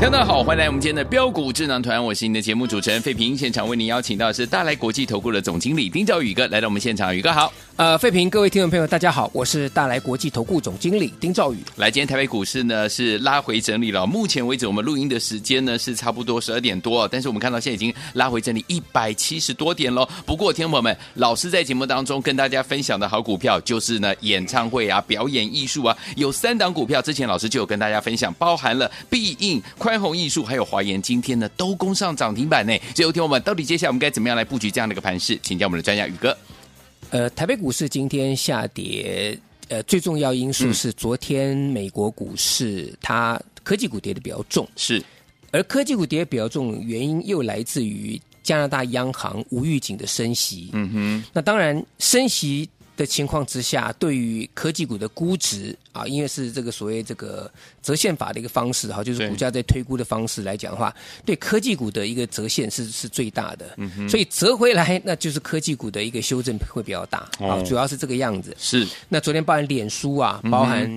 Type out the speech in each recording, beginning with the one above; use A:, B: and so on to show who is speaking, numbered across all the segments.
A: 大家好，欢迎来我们今天的标股智囊团，我是你的节目主持人费平。现场为您邀请到的是大来国际投顾的总经理丁兆宇哥来到我们现场，宇哥好。
B: 呃，费平，各位听众朋友，大家好，我是大来国际投顾总经理丁兆宇。
A: 来，今天台北股市呢是拉回整理了。目前为止，我们录音的时间呢是差不多十二点多，但是我们看到现在已经拉回整理一百七十多点喽。不过，听众朋友们，老师在节目当中跟大家分享的好股票就是呢演唱会啊、表演艺术啊，有三档股票，之前老师就有跟大家分享，包含了必应、宽宏艺术还有华研，今天呢都攻上涨停板呢。所以，听我们到底接下来我们该怎么样来布局这样的一个盘势？请教我们的专家宇哥。
B: 呃，台北股市今天下跌，呃，最重要因素是昨天美国股市它科技股跌的比较重，
A: 是，
B: 而科技股跌得比较重，原因又来自于加拿大央行无预警的升息。
A: 嗯哼，
B: 那当然，升息的情况之下，对于科技股的估值啊，因为是这个所谓这个折现法的一个方式哈，就是
A: 对
B: 股价在推估的方式来讲的话，对科技股的一个折现是是最大的，
A: 嗯
B: 所以折回来那就是科技股的一个修正会比较大啊
A: 哦，
B: 主要是这个样子。
A: 是，
B: 那昨天包含脸书啊，
A: 嗯
B: 包含、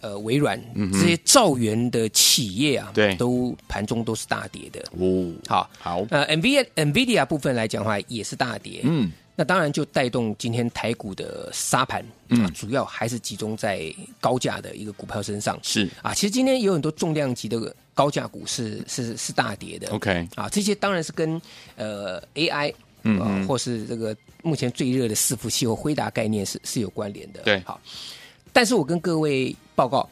B: 呃微软、这些兆元的企业啊，
A: 对
B: 都盘中都是大跌的。
A: 哦，
B: 好，
A: 好，
B: 呃，NVIDIA NVIDIA 部分来讲的话，也是大跌。
A: 嗯，
B: 那当然就带动今天台股的沙盘，嗯、主要还是集中在高价的一个股票身上。
A: 是
B: 啊，其实今天有很多重量级的高价股是是是大跌的。
A: OK
B: 啊，这些当然是跟呃 AI。
A: 嗯
B: 呃
A: 嗯
B: 或是这个目前最热的伺服器或辉达概念是是有关联的。
A: 对
B: 好，但是我跟各位报告，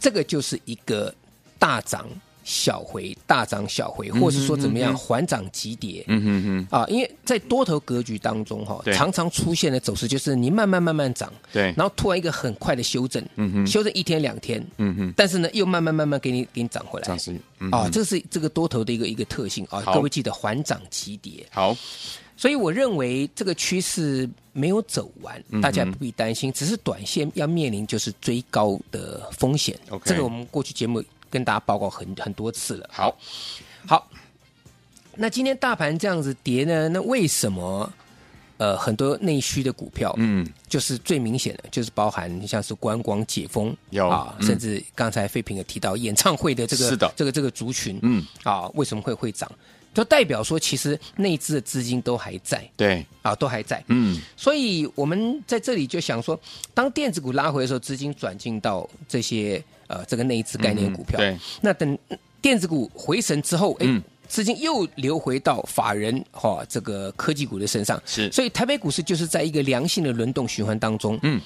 B: 这个就是一个大涨小回、大涨小回，或是说怎么样缓涨急跌。
A: 嗯哼哼，
B: 啊，因为在多头格局当中哈、
A: 对
B: 常常出现的走势就是你慢慢慢慢涨，
A: 对
B: 然后突然一个很快的修正，
A: 嗯哼
B: 修正一天两天，
A: 嗯哼，
B: 但是呢又慢慢慢慢给你给你涨回来，
A: 涨势嗯
B: 啊，这是这个多头的一个一个特性啊，
A: 好
B: 各位记得缓涨急跌，
A: 好，
B: 所以我认为这个趋势没有走完，
A: 嗯
B: 大家也不必担心，只是短线要面临就是追高的风险
A: OK
B: 这个我们过去节目跟大家报告很很多次了。
A: 好，
B: 好，那今天大盘这样子跌呢，那为什么呃很多内需的股票，
A: 嗯，
B: 就是最明显的，就是包含像是观光解封
A: 有
B: 啊，
A: 嗯
B: 甚至刚才费平也提到演唱会的这个
A: 是的
B: 这个这个族群，
A: 嗯，
B: 啊，为什么会会涨？就代表说，其实内资的资金都还在
A: 对，
B: 啊，都还在。
A: 嗯，
B: 所以我们在这里就想说，当电子股拉回的时候，资金转进到这些呃这个内资概念股
A: 嗯
B: 票，
A: 对，
B: 那等电子股回神之后，哎、
A: 嗯
B: 资金又流回到法人哈、这个科技股的身上，
A: 是
B: 所以台北股市就是在一个良性的轮动循环当中，
A: 嗯，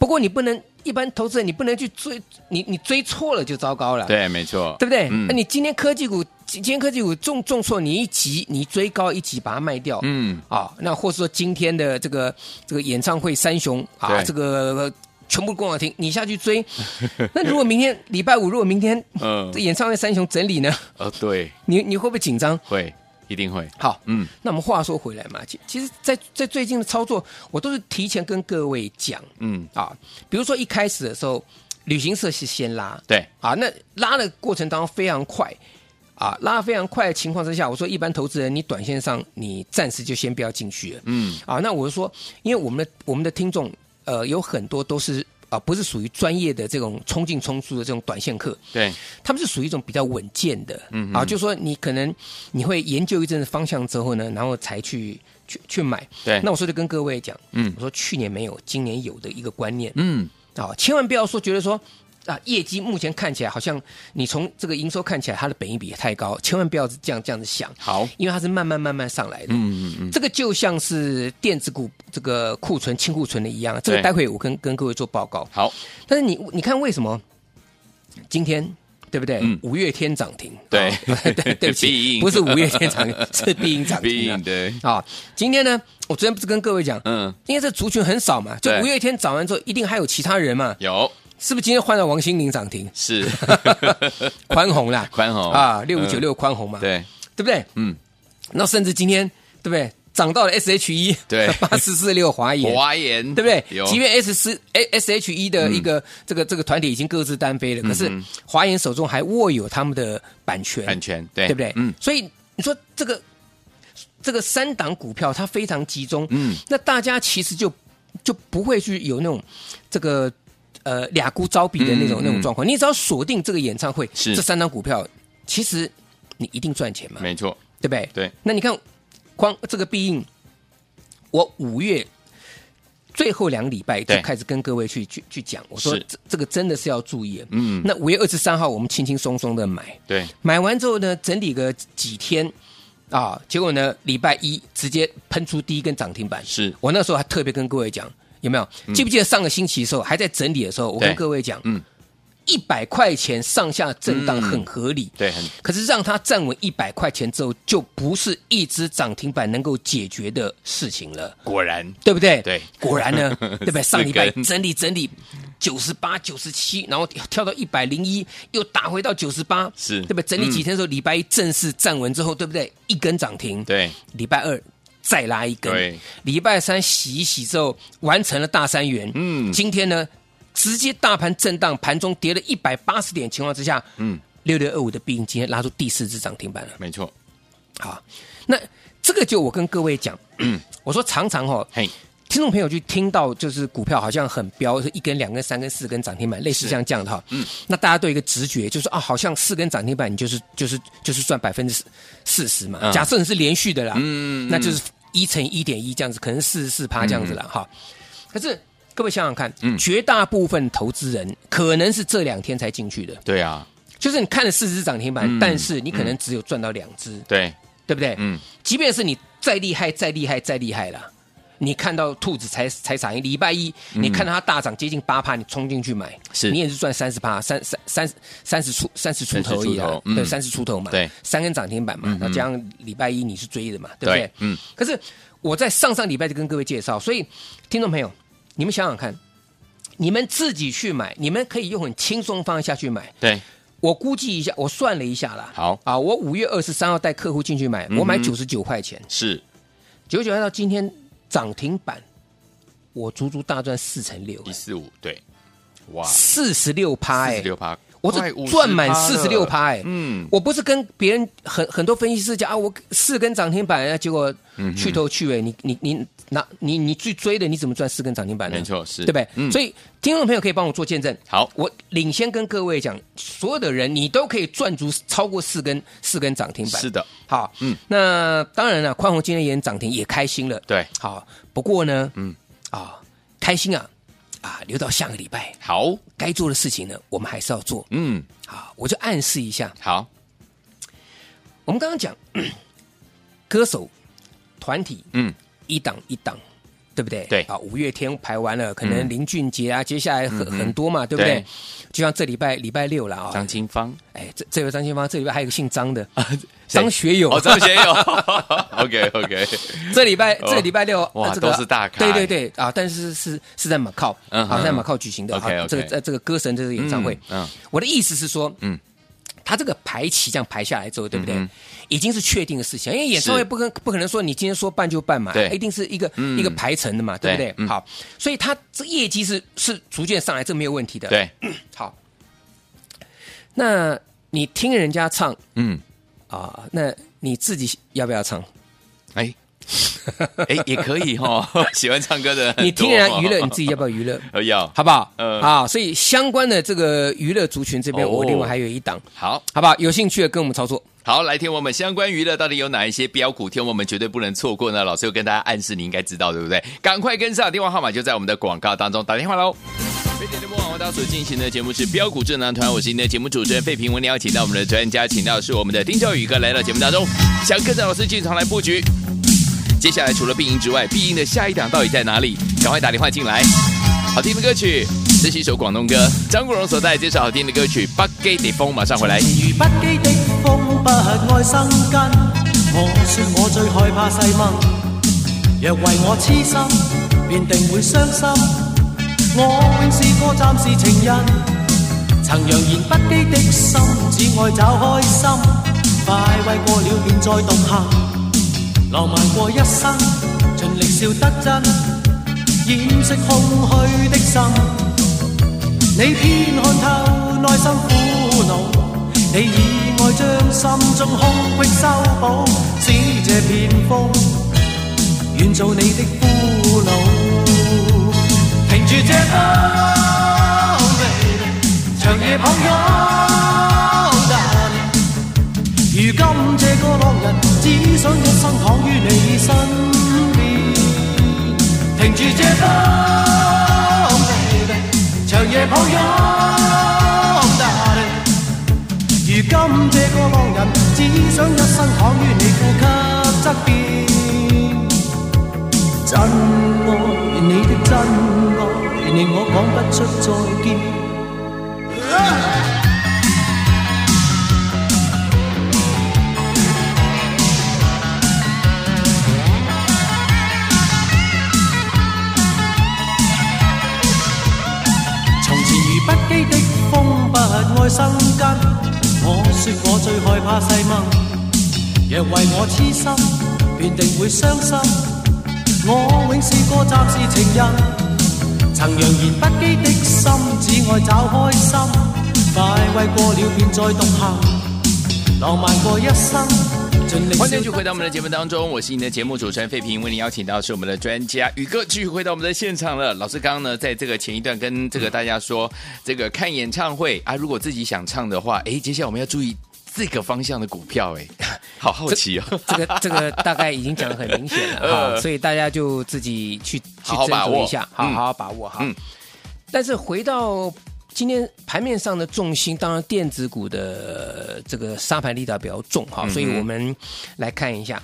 B: 不过你不能一般投资人你不能去追你你追错了就糟糕了，。
A: 对，没错，
B: 对不对？
A: 嗯
B: 那、你今天科技股，今今天科技股重重挫，你一急，你追高一级把它卖掉，
A: 嗯，
B: 啊，那或是说今天的这个这个演唱会三雄啊，
A: 对
B: 这个全部共好听，你下去追。 那如果明天礼拜五，如果明天
A: 嗯
B: 这演唱会三雄整理呢，
A: 呃，对，
B: 你你会不会紧张？
A: 会，一定会，
B: 好，
A: 嗯，
B: 那我们话说回来嘛，其其实在，在最近的操作，我都是提前跟各位讲，
A: 嗯，
B: 啊，比如说一开始的时候，旅行社是先拉，
A: 对，
B: 啊，那拉的过程当中非常快。啊，拉得非常快的情况之下，我说一般投资人，你短线上你暂时就先不要进去了。
A: 嗯，
B: 啊，那我是说，因为我们的我们的听众，呃，有很多都是啊、不是属于专业的这种冲进冲出的这种短线客，
A: 对，
B: 他们是属于一种比较稳健的，嗯啊，就说你可能你会研究一阵子方向之后呢，然后才去去去买。
A: 对
B: 那我说就跟各位讲，
A: 嗯
B: 我说去年没有，今年有的一个观念，
A: 嗯，
B: 啊、千万不要说觉得说啊，业绩目前看起来好像你从这个营收看起来它的本益比也太高，千万不要这样这样子想，
A: 好，
B: 因为它是慢慢慢慢上来的。
A: 嗯嗯嗯，
B: 这个就像是电子股这个库存清库存的一样，这个
A: 对
B: 待会我跟跟各位做报告。
A: 好，
B: 但是你你看为什么今天对不对
A: 嗯？
B: 五月天涨停，
A: 对
B: 啊 对，对不
A: 必
B: 起，
A: 应
B: 不是五月天涨停， 是必应涨
A: 必
B: 停啊
A: 应。对，
B: 啊，今天呢，我昨天不是跟各位讲，
A: 嗯，
B: 因为这族群很少嘛，就
A: 对
B: 五月天涨完之后，一定还有其他人嘛，
A: 有
B: 是不是？今天换了王心凌 涨停，
A: 是
B: 宽宏啦，
A: 宽宏嗯
B: 啊，六五九六宽宏嘛，
A: 对，
B: 对不对？
A: 嗯，
B: 那甚至今天对不对，涨到了 SHE，
A: 对
B: 八四四六华研。
A: 华研
B: 对不对？
A: 有嗯
B: 即便 S 四 S H E 的一个、这个这个团体已经各自单飞了，可是华研手中还握有他们的版权，
A: 版权对
B: 对不对？
A: 嗯，
B: 所以你说这个这个三档股票它非常集中，
A: 嗯，
B: 那大家其实就就不会去有那种这个呃俩股招比的那种、
A: 嗯嗯
B: 那种状况。你只要锁定这个演唱会，
A: 是
B: 这三档股票，其实你一定赚钱嘛，
A: 没错，
B: 对不对？
A: 对，
B: 那你看，光这个必应，我五月最后两个礼拜就
A: 对
B: 开始跟各位去去去讲，我说
A: 是
B: 这这个真的是要注意。
A: 嗯
B: 那五月二十三号我们轻轻松松的买，
A: 对，
B: 买完之后呢，整理个几天啊，结果呢，礼拜一直接喷出第一根涨停板。
A: 是嗯
B: 我那时候还特别跟各位讲，有没有？记不记得上个星期的时候还在整理的时候，我跟
A: 对
B: 各位讲，
A: 嗯，
B: 一百块钱上下震荡很合理，
A: 对很
B: 可是让它站稳一百块钱之后，就不是一只涨停板能够解决的事情了。
A: 果然
B: 对不对？
A: 对
B: 果然呢，对不对？上礼拜
A: 根
B: 整理整理，九十八、九十七，然后跳到一百零一，又打回到九十八，
A: 是
B: 对不对？整理几天之后，礼拜一正式站稳之后，对不对？一根涨停，，
A: 对
B: 礼拜二再拉一根，
A: 对，
B: 礼拜三洗一洗之后，完成了大三元，
A: 嗯
B: 今天呢，直接大盘震荡，盘中跌了一百八十点情况之下，
A: 嗯，
B: 六六二五的必应今天拉出第四只涨停板了。
A: 没错，
B: 好，那这个就我跟各位讲，
A: 嗯
B: 我说常常哦，
A: 嘿
B: 听众朋友去听到就是股票好像很飙，是一根、两根、三根、四根涨停板，类似像这样的哈。嗯，那大家都有一个直觉，就是啊，好像四根涨停板你就是就是就是赚百分之四十嘛。
A: 嗯
B: 假设你是连续的啦，
A: 嗯嗯嗯
B: 那就是一乘一点一这样子，可能四十四趴这样子
A: 嗯
B: 了哈。可是各位想想看，绝大部分投资人可能是这两天才进去的，
A: 对啊
B: 就是你看了四只涨停板，
A: 嗯
B: 但是你可能只有赚到两只，
A: 对
B: 对不对？
A: 嗯
B: 即便是你再厉害、再厉害、再厉害了，你看到兔子才才涨，礼拜一你看到它大涨接近八趴，你冲进去买，
A: 是
B: 你也是赚三十趴，三三三三十出三十出头而已
A: 30出
B: 啊
A: 头，嗯
B: 对，三十出头嘛，
A: 对
B: 三根涨停板嘛，那加上礼拜一你是追的嘛，对不对
A: 对？嗯
B: 可是我在上上礼拜就跟各位介绍，所以听众朋友，你们想想看。你们自己去买，你们可以用很轻松方向下去买，
A: 对
B: 我估计一下，我算了一下啦。
A: 好嗯
B: 啊，我五月二十三号带客户进去买，我买九十九块钱，
A: 是
B: 九十九块到今天涨停板，我足足大赚四成六
A: 一，四五对，哇
B: 四十六趴
A: 四十
B: 哎，
A: 六趴，
B: 我
A: 快
B: 这
A: 50
B: 赚满
A: 了
B: 四十六趴哎。
A: 嗯
B: 我不是跟别人很很多分析师讲啊，我四根涨停板，啊结果
A: 嗯
B: 去头去尾，你你你拿你你去追的，你怎么赚四根涨停板呢？
A: 没错是
B: 对不对？
A: 嗯
B: 所以听众朋友可以帮我做见证。
A: 好
B: 我领先跟各位讲，所有的人你都可以赚足超过四根四根涨停板。
A: 是的
B: 好，
A: 嗯
B: 嗯，那当然了，宽宏今天也涨停，也开心了。
A: 对
B: 好，不过呢，
A: 嗯
B: 嗯，啊，开心啊，啊，留到下个礼拜
A: 好
B: 该做的事情呢，我们还是要做。
A: 嗯
B: 好，我就暗示一下，
A: 好
B: 我们刚刚讲歌手团体
A: 嗯
B: 一档一档，对不对？
A: 对嗯
B: 啊，五月天排完了，可能林俊杰啊，接下来很、很多嘛，对不对？
A: 对
B: 就像这礼拜礼拜六了啊、
A: 张啊清芳
B: 哎，这这位张清芳，这礼拜还有一个姓张的，
A: 谁
B: 张学友，啊
A: 哦张学 友 OK OK
B: 这礼拜
A: 哦
B: 这礼拜六
A: 哇
B: 呃这个
A: 都是大咖
B: 对对对啊，但是是是在马靠，
A: 嗯
B: 啊，
A: 嗯
B: 在马靠举行的，
A: OK，OK
B: 啊这个在这个歌神这个演唱会，
A: 嗯嗯
B: 我的意思是说，
A: 嗯
B: 嗯。他这个排期这样排下来之后，对不对？
A: 嗯
B: 已经是确定的事情，因为演唱会
A: 是
B: 不可不可能说你今天说办就办嘛，
A: 对
B: 一定是一个、
A: 嗯
B: 一个排程的嘛，对不
A: 对
B: 对？
A: 嗯
B: 好，所以他这业绩是是逐渐上来，这没有问题的。，
A: 对
B: 好。那你听人家唱
A: 嗯
B: 啊、那你自己要不要唱？
A: 哎。 哎，也可以哈， 喜欢唱歌的很多哦，
B: 你听人家娱乐，你自己要不要娱乐？
A: 呃 要
B: 好不好？
A: 嗯
B: 啊，所以相关的这个娱乐族群这边，
A: 哦
B: 我另外还有一档，
A: 好
B: 好不好？有兴趣的跟我 们操作。
A: 好，来听我们相关娱乐到底有哪一些标股，听我们绝对不能错过呢？老师又跟大家暗示，你应该知道，对不对？赶快跟上，电话号码就在我们的广告当中，打电话喽。飞啊碟的播网为大家所进行的节目是标股智囊团，我是您的节目主持人费平。我们邀请到我们的专家，请到的是我们的丁兆宇哥来到节目当中，想跟着老师进场来布局。接下来除了必赢之外，必赢的下一档到底在哪里？赶快打电话进来。好听的歌曲，这是一首广东歌，张国荣所带来这首好听的歌曲《北基地风》，马上回来。
C: 如北基的風不愛生根。我說我最害怕細蚊，若為我痴心，便定會傷心。我永是個暫時情人，曾揚言不羈的心，只愛找開心。快慰過了便再獨行，浪漫過一生，盡力笑得真，掩飾空虛的心。你偏看透內心苦惱，你以愛將心中空隙修補，使這片風願做你的俘虜。停住這哦，baby，長夜抱擁但如今這個浪人，只想一生躺於你身邊。停住這風，baby，長夜抱擁但如今這個浪人，只想一生躺於你呼吸側邊。真愛，你的真愛，令我講不出再見。從前如不羈的風，不愛生根。我說我最害怕細蚊，若為我痴心，便定會傷心。我永是個暫時情人，曾揚言不羈的心，只愛找開心。快慰過了便再獨行，浪漫過一生，盡力
A: 欢迎继续
C: 笑得
A: 回到我们的节目当中，我是你的节目主持人费平，为您邀请到是我们的专家宇哥，继续回到我们的现场了。老师刚刚呢，在这个前一段跟这个大家说，这个看演唱会啊，如果自己想唱的话，哎，接下来我们要注意这个方向的股票，哎，好好奇哦，
B: 这个这个大概已经讲得很明显 了
A: 呃
B: 哈，所以大家就自己去去
A: 好好
B: 斟
A: 把握
B: 酌一下，好
A: 嗯
B: 好好把握哈。
A: 嗯
B: 但是回到今天盘面上的重心，当然电子股的呃这个沙盘力道比较重
A: 嗯
B: 哈，所以我们来看一下。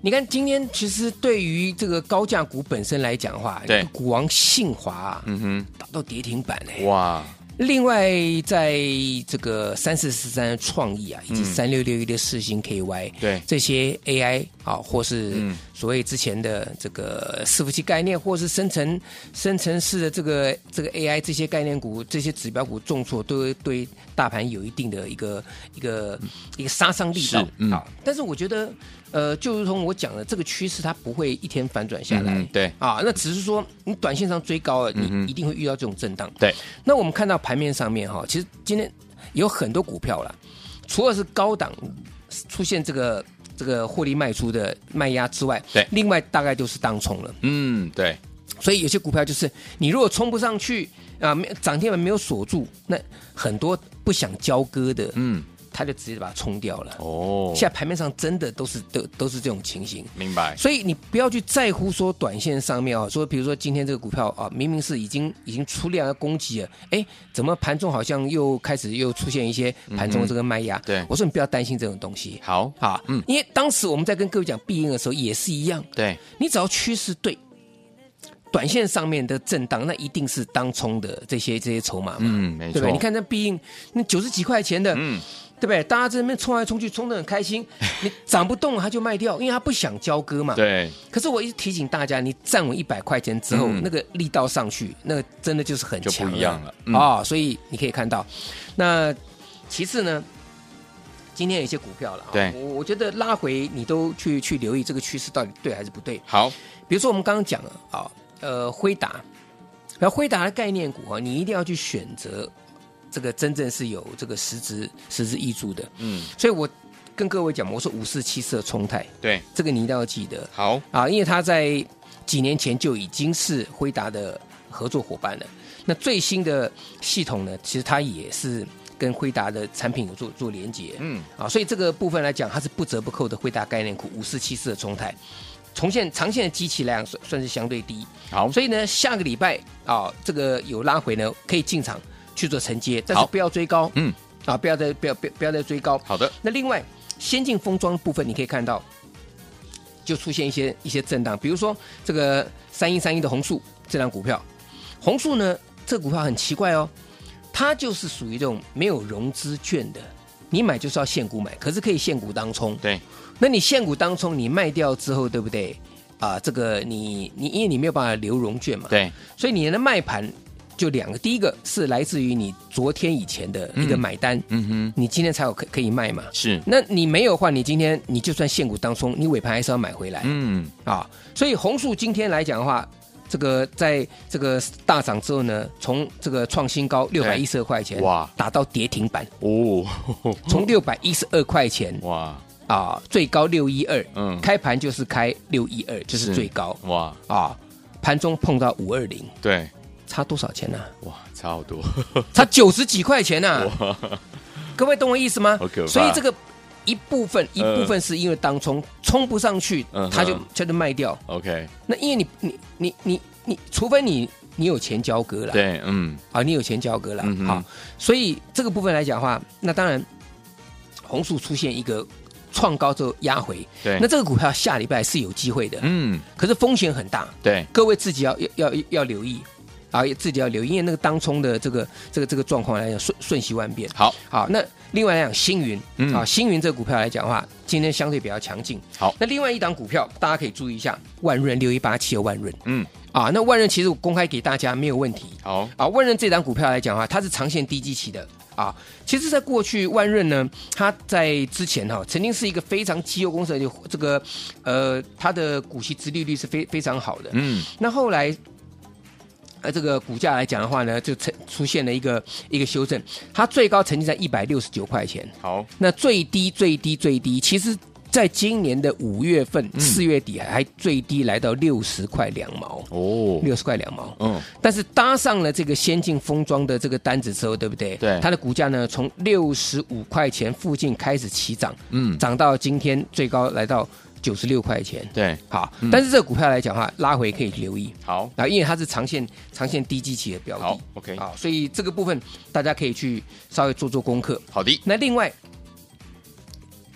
B: 你看，今天其实对于这个高价股本身来讲的话，
A: 对
B: 股王信华啊
A: 嗯哼，
B: 打到跌停板嘞、
A: 哇，
B: 另外，在这个三四四三创意啊，以及三六六一的四星 KY，
A: 嗯对
B: 这些 AI 啊，或是
A: 嗯
B: 所谓之前的这个伺服器概念，或是生成生成式的这个这个 AI 这些概念股，这些指标股重挫，都会对大盘有一定的一个一个一个杀伤力道
A: 是。嗯
B: 好，但是我觉得，呃，就如同我讲的，这个趋势它不会一天反转下来。
A: 嗯对
B: 啊，那只是说你短线上追高了，你一定会遇到这种震荡。
A: 嗯对，
B: 那我们看到盘面上面哈，其实今天有很多股票啦，除了是高档出现这个这个获利卖出的卖压之外，
A: 对
B: 另外大概就是当冲了。
A: 嗯，对，
B: 所以有些股票就是你如果冲不上去啊，没有涨停板没有锁住，那很多不想交割的，
A: 嗯，
B: 他就直接把它冲掉了。
A: 哦，
B: 现在盘面上真的都是都都是这种情形。
A: 明白，
B: 所以你不要去在乎说短线上面啊，说比如说今天这个股票啊，明明是已经已经出量要攻击了，哎，怎么盘中好像又开始又出现一些盘中的这个卖压？
A: 对
B: 我说你不要担心这种东西，
A: 好，
B: 好，
A: 嗯
B: 嗯，因为当时我们在跟各位讲必应的时候也是一样，
A: 对，
B: 你只要趋势对，短线上面的震荡，那一定是当冲的这些这些筹码嘛，
A: 嗯，没
B: 对不
A: 错，
B: 对？你，看那必应那九十几块钱的，
A: 嗯，
B: 对不对？大家在那边冲来冲去，冲得很开心，你涨不动他就卖掉，因为他不想交割嘛，
A: 对，
B: 可是我一直提醒大家，你站稳一百块钱之后，
A: 嗯
B: 那个力道上去，那个真的就是很
A: 就不
B: 强
A: 一样了
B: 啊、
A: 嗯
B: 哦所以你可以看到，那其次呢，今天有一些股票了啊，
A: 对
B: 我我觉得拉回你都去去留意这个趋势到底对还是不对。
A: 好，
B: 比如说我们刚刚讲了啊，呃，辉达，然后辉达的概念股啊，你一定要去选择这个真正是有这个实质实质益处的。
A: 嗯，
B: 所以我跟各位讲，我说五四七四的冲泰，
A: 对，
B: 这个你一定要记得。
A: 好，
B: 啊，因为他在几年前就已经是辉达的合作伙伴了。那最新的系统呢，其实它也是跟辉达的产品有做做连接，
A: 嗯，
B: 啊，所以这个部分来讲，它是不折不扣的辉达概念股五四七四的中台，从现长线的基期来讲，算算是相对低。
A: 好，
B: 所以呢，下个礼拜啊，这个有拉回呢，可以进场去做承接，但
A: 好
B: 是不要追高，
A: 嗯，
B: 啊，不要再不要不要不要再追高，
A: 好的，
B: 那另外，先进封装部分你可以看到，就出现一些一些震荡，比如说这个三一三一的红树这张股票，红树呢这股票很奇怪哦，它就是属于这种没有融资券的，你买就是要现股买，可是可以现股当冲。
A: 对，
B: 那你现股当冲，你卖掉之后，对不对？啊，这个你你因为你没有办法留融券嘛，，
A: 对，
B: 所以你的卖盘就两个，第一个是来自于你昨天以前的一个
A: 嗯
B: 买单，
A: 嗯哼，
B: 你今天才有可可以卖嘛。
A: 是，
B: 那你没有的话，你今天你就算现股当冲，你尾盘还是要买回来。
A: 嗯，
B: 啊，所以红树今天来讲的话，这个在这个大涨之后呢，从这个创新高六百一十二块钱
A: 哇
B: 打到跌停板，
A: 哦，
B: 从六百一十二块钱
A: 哇，
B: 啊最高六一二，
A: 嗯
B: 开盘就是开六一二，这是最高
A: 哇，
B: 啊，盘中碰到五二零，
A: 对，
B: 差多少钱呢、啊？
A: 哇，差好多，
B: 差九十几块钱呢、各位懂我意思吗
A: 好可？怕
B: 所以这个一部分一
A: 嗯
B: 部分是因为当冲冲不上去
A: 嗯哼，
B: 他就他就卖掉。
A: OK，
B: 那因为你你你你你，除非你你有钱交割了，
A: 对，嗯，
B: 啊，你有钱交割了，
A: 嗯哼
B: 好，所以这个部分来讲的话，那当然红树出现一个创高之后压回，
A: 对，
B: 那这个股票下礼拜是有机会的，
A: 嗯，
B: 可是风险很大，
A: 对，
B: 各位自己要要要要留意。啊，自己要留意，因为那个当冲的这个这个这个状况来讲，瞬瞬息万变。
A: 好，
B: 好，那另外来讲，星云、
A: 嗯
B: 啊，星云这个股票来讲的话，今天相对比较强劲。
A: 好
B: 那另外一档股票大家可以注意一下，万润六一八七的万润
A: 嗯，
B: 啊，那万润其实我公开给大家没有问题
A: 好，
B: 啊。万润这档股票来讲的话，它是长线低基期的啊。其实，在过去万润呢，它在之前哈、曾经是一个非常绩优公司，就这个呃，它的股息殖利率是非非常好的。
A: 嗯，
B: 那后来，呃，这个股价来讲的话呢，就呈出现了一个一个修正，它最高曾经在一百六十九块钱，
A: 好，
B: 那最低最低最低，其实在今年的五月份
A: 嗯
B: 四月底还最低来到六十块两毛，
A: 哦，
B: 六十块两毛。
A: 嗯，
B: 但是搭上了这个先进封装的这个单子之后，对不对？
A: 对
B: 它的股价呢，从六十五块钱附近开始起涨，
A: 嗯，
B: 涨到今天最高来到九十六块钱。
A: 对，
B: 好
A: 嗯，
B: 但是这个股票来讲的话，拉回可以留意。
A: 好，
B: 啊，因为它是长线长线低基期的标的。
A: 好，OK，
B: 啊，所以这个部分大家可以去稍微做做功课。
A: 好的，
B: 那另外，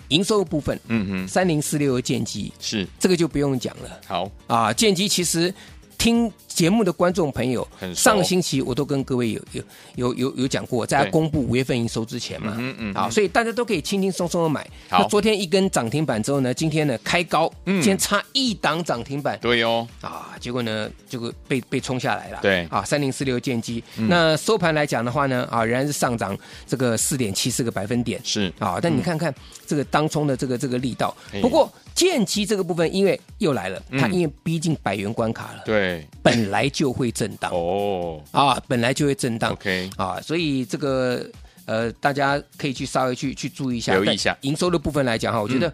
B: 营收部分，
A: 嗯哼，
B: 三零四六的剑机，
A: 是，
B: 这个就不用讲了
A: 好，
B: 啊。剑机其实听节目的观众朋友
A: 很，熟
B: 上星期我都跟各位有有有有有讲过，在它
A: 对
B: 公布五月份营收之前嘛，
A: 嗯嗯，
B: 啊，，所以大家都可以轻轻松松的买。
A: 好
B: 那昨天一根涨停板之后呢，今天呢开高，
A: 嗯
B: 今天差一档涨停板
A: 对哦，
B: 啊，结果呢，结果被被冲下来了。
A: 对嗯
B: 啊，三零四六见机。那收盘来讲的话呢，啊，仍然是上涨这个四点七四个百分点。
A: 是，嗯
B: 啊，但你看看这个当冲的这个这个力道
A: 嘿，
B: 不过剑机这个部分因为又来了，它
A: 嗯
B: 因为逼近百元关卡了，
A: 对，
B: 本来就会震荡
A: 哦
B: 啊，本来就会震荡。
A: ，OK，
B: 啊，所以这个呃，大家可以去稍微去去注意一下，
A: 留意一下嗯
B: 但营收的部分来讲哈，我觉得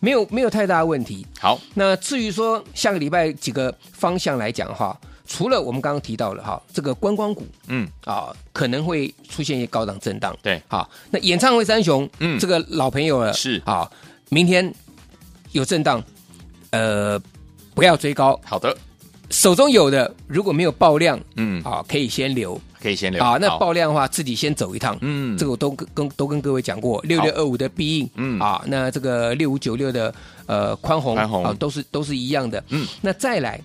B: 没有、没有太大的问题。
A: 好，
B: 那至于说下个礼拜几个方向来讲哈，除了我们刚刚提到了哈，这个观光股
A: 嗯，
B: 啊可能会出现一些高档震荡，
A: 对，
B: 好，那演唱会三雄，
A: 嗯
B: 嗯，这个老朋友了，
A: 是
B: 啊，明天有震荡，呃，不要追高，
A: 好的，
B: 手中有的如果没有爆量
A: 嗯，
B: 啊，可以先留
A: 可以先聊
B: 啊，那
A: 好
B: 爆量的话自己先走一趟，
A: 嗯，
B: 这
A: 个，
B: 个我都跟跟都跟各位讲过，六六二五的必应，
A: 嗯
B: 啊，那这个六五九六的呃宽宏
A: 宽宏
B: 啊，都是都是一样的，
A: 嗯，
B: 那再来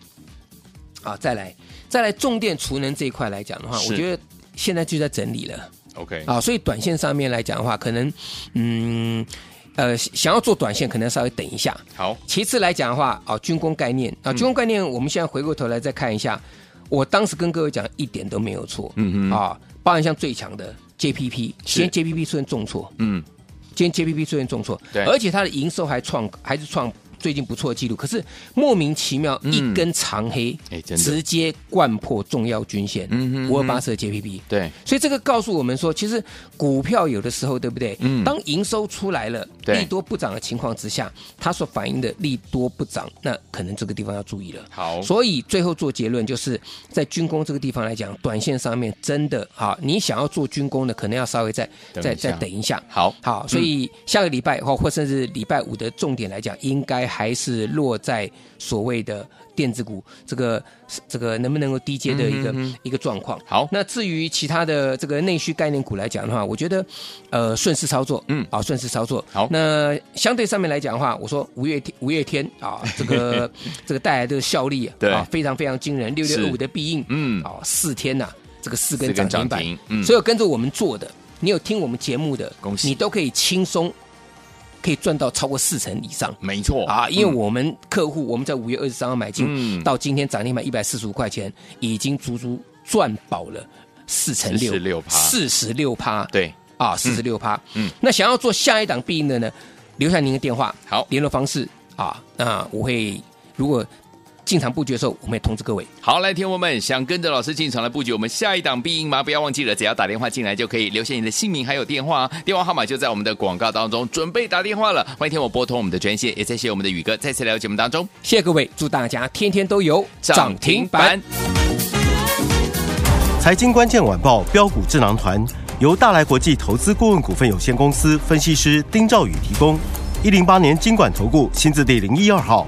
B: 啊，再来再来重电储能这一块来讲的话，
A: 是
B: 我觉得现在就在整理了
A: OK，
B: 啊，所以短线上面来讲的话，可能嗯呃想要做短线，可能稍微等一下。
A: 好，
B: 其次来讲的话，啊，军工概念
A: 嗯
B: 啊，军工概念，我们现在回过头来再看一下，我当时跟各位讲一点都没有错，
A: 嗯哼
B: 啊，包含像最强的 JPP，
A: 是
B: 今天 JPP 出现重挫，
A: 嗯，
B: 今天 JPP 出现重挫，
A: 对
B: 而且它的营收还创还是创最近不错的记录，可是莫名其妙
A: 嗯
B: 一根长黑，
A: 哎真的
B: 直接灌破重要均线，
A: 嗯哼
B: 五二八四的 JPP，
A: 对，
B: 所以这个告诉我们说，其实股票有的时候，对不对？
A: 嗯
B: 当营收出来了，
A: 对
B: 利多不涨的情况之下，它所反映的利多不涨，那可能这个地方要注意了。
A: 好，
B: 所以最后做结论就是，在军工这个地方来讲，短线上面真的哈，你想要做军工的，可能要稍微再
A: 等一
B: 再
A: 下
B: 再等一下。
A: 好，
B: 好，所以
A: 嗯
B: 下个礼拜哦或或甚至礼拜五的重点来讲，应该还是落在所谓的电子股这个这个能不能够低阶的
A: 嗯
B: 一个、一个状况。
A: 好
B: 那至于其他的这个内需概念股来讲的话，我觉得呃顺势操作，
A: 嗯
B: 啊顺势操作。
A: 好
B: 那相对上面来讲的话，我说五月天五月天 啊，这个这个带来的效力啊
A: 对
B: 啊非常非常惊人，六
A: 是
B: 六五的必应，
A: 嗯
B: 哦四天呐、这个四根
A: 四根
B: 涨
A: 涨
B: 停板
A: 停，嗯
B: 所有跟着我们做的，你有听我们节目的，
A: 恭喜
B: 你都可以轻松可以赚到超过四成以上。
A: 没错
B: 啊，因为
A: 嗯
B: 我们客户我们在五月二十三号买进，
A: 嗯
B: 到今天涨停板一百四十五块钱，已经足足赚饱了四成六，
A: 46%
B: 四十六趴，
A: 对
B: 啊，四十六趴。
A: 嗯
B: 嗯，那想要做下一档必应的呢，留下您的电话，
A: 好
B: 联络方式啊，那我会如果进场布局的时候，我们也通知各位。
A: 好，来，天友们，想跟着老师进场来布局我们下一档必赢吗？不要忘记了，只要打电话进来就可以留下你的姓名还有电话、哦，电话号码就在我们的广告当中。准备打电话了，欢迎听我拨通我们的专线，也谢谢我们的宇哥再次来到节目当中。
B: 谢谢各位，祝大家天天都有涨停板。
D: 财经关键晚报标股智囊团由大来国际投资顾问股份有限公司分析师丁兆宇提供。一零八年经管投顾新字第零一二号。